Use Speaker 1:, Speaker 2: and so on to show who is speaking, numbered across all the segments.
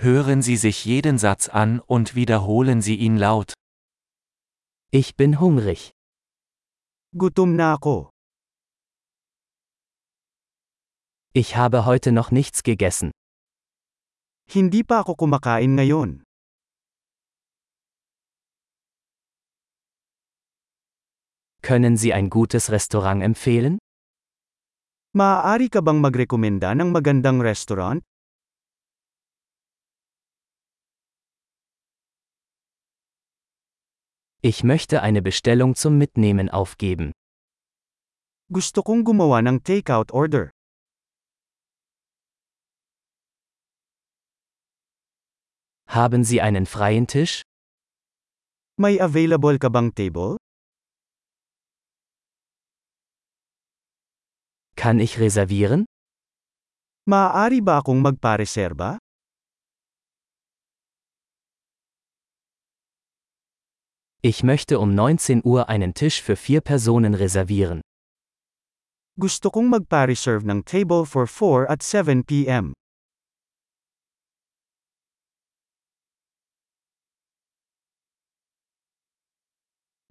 Speaker 1: Hören Sie sich jeden Satz an und wiederholen Sie ihn laut.
Speaker 2: Ich bin hungrig.
Speaker 3: Gutom na ako.
Speaker 2: Ich habe heute noch nichts gegessen.
Speaker 3: Hindi pa ako kumakain ngayon.
Speaker 2: Können Sie ein gutes Restaurant empfehlen?
Speaker 3: Maaari ka bang magrekomenda ng magandang restaurant?
Speaker 2: Ich möchte eine Bestellung zum Mitnehmen aufgeben.
Speaker 3: Gusto kong gumawa ng takeout order.
Speaker 2: Haben Sie einen freien Tisch?
Speaker 3: May available ka bang table?
Speaker 2: Kann ich reservieren?
Speaker 3: Maaari ba akong magpareserba?
Speaker 2: Ich möchte um 19 Uhr einen Tisch für vier Personen reservieren.
Speaker 3: Gusto kong magpa-reserve ng table for 4 at 7 p.m.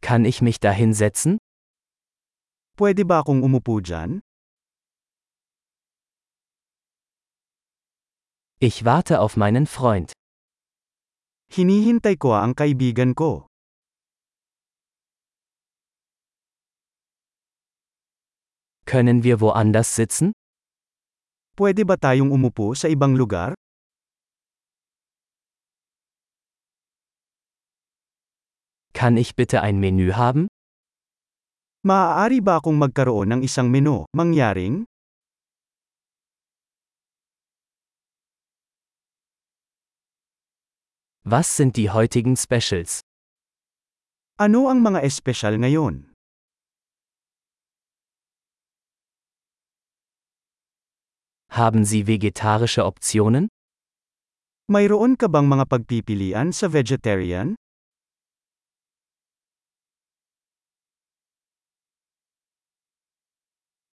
Speaker 2: Kann ich mich da hinsetzen?
Speaker 3: Pwede ba akong umupo dyan?
Speaker 2: Ich warte auf meinen Freund.
Speaker 3: Hinihintay ko ah ang kaibigan ko.
Speaker 2: Können wir woanders sitzen?
Speaker 3: Pwede ba tayong umupo sa ibang lugar?
Speaker 2: Kann ich bitte ein Menü haben?
Speaker 3: Maaari ba akong magkaroon ng isang menu, mangyaring?
Speaker 2: Was sind die heutigen Specials?
Speaker 3: Ano ang mga espesyal ngayon?
Speaker 2: Haben Sie vegetarische Optionen?
Speaker 3: Mayroon ka bang mga pagpipilian sa vegetarian?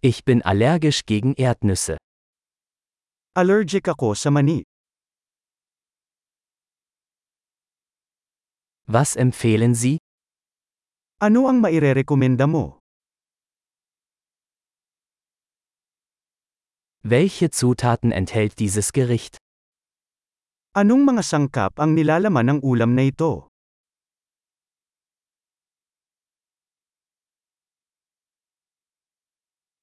Speaker 2: Ich bin allergisch gegen Erdnüsse.
Speaker 3: Allergic ako sa mani.
Speaker 2: Was empfehlen Sie?
Speaker 3: Ano ang mairerekomenda mo?
Speaker 2: Welche Zutaten enthält dieses Gericht?
Speaker 3: Anong mga sangkap ang nilalaman ng ulam na ito?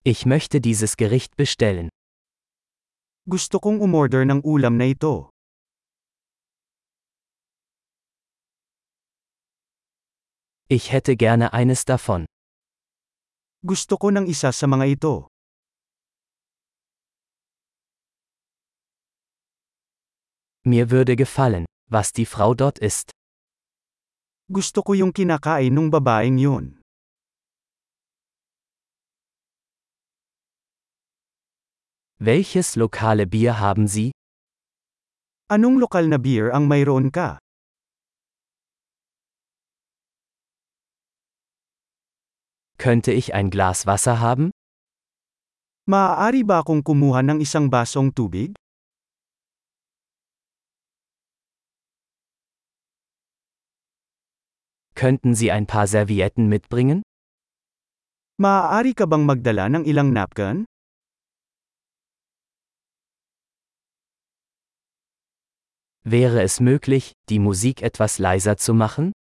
Speaker 2: Ich möchte dieses Gericht bestellen.
Speaker 3: Gusto kong umorder ng ulam na ito.
Speaker 2: Ich hätte gerne eines davon.
Speaker 3: Gusto ko ng isa sa mga ito.
Speaker 2: Mir würde gefallen, was die Frau dort isst.
Speaker 3: Gusto ko yung kinakain ng babaeng yun.
Speaker 2: Welches lokale Bier haben Sie?
Speaker 3: Anong lokal na beer ang mayroon ka?
Speaker 2: Könnte ich ein Glas Wasser haben?
Speaker 3: Maaari ba akong kumuha ng isang basong tubig?
Speaker 2: Könnten Sie ein paar Servietten mitbringen?
Speaker 3: Maaari ka bang magdala ng ilang napkin?
Speaker 2: Wäre es möglich, die Musik etwas leiser zu machen?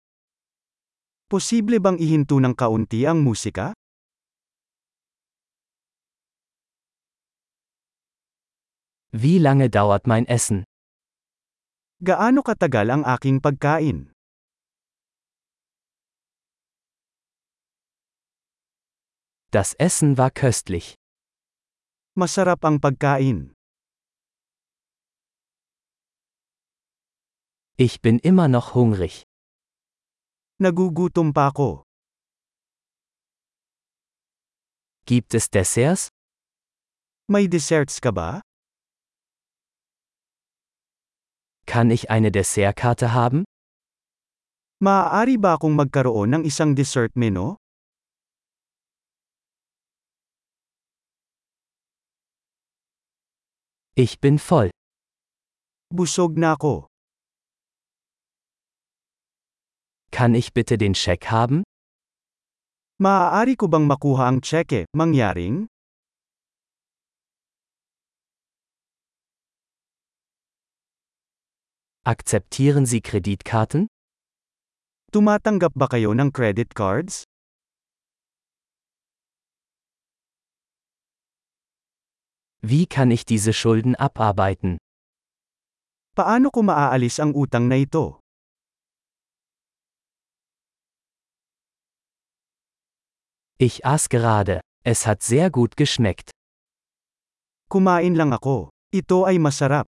Speaker 3: Posible bang ihinto ng kaunti ang musika?
Speaker 2: Wie lange dauert mein Essen?
Speaker 3: Gaano katagal ang aking pagkain?
Speaker 2: Das Essen war köstlich.
Speaker 3: Masarap ang pagkain.
Speaker 2: Ich bin immer noch hungrig.
Speaker 3: Nagugutom pa ako.
Speaker 2: Gibt es Desserts?
Speaker 3: May desserts ka ba?
Speaker 2: Kann ich eine Dessertkarte haben?
Speaker 3: Maaari ba akong magkaroon ng isang dessert menu?
Speaker 2: Ich bin voll.
Speaker 3: Busog na ako.
Speaker 2: Kann ich bitte den Scheck haben?
Speaker 3: Maaari ko bang makuha ang tseke, mangyaring?
Speaker 2: Akzeptieren Sie Kreditkarten?
Speaker 3: Tumatanggap ba kayo ng credit cards?
Speaker 2: Wie kann ich diese Schulden abarbeiten?
Speaker 3: Paano ko maaalis ang utang na ito?
Speaker 2: Ich aß gerade. Es hat sehr gut geschmeckt.
Speaker 3: Kumain lang ako. Ito ay masarap.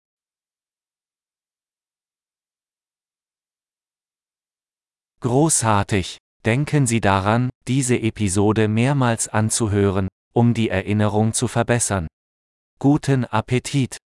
Speaker 1: Großartig! Denken Sie daran, diese Episode mehrmals anzuhören, um die Erinnerung zu verbessern. Guten Appetit!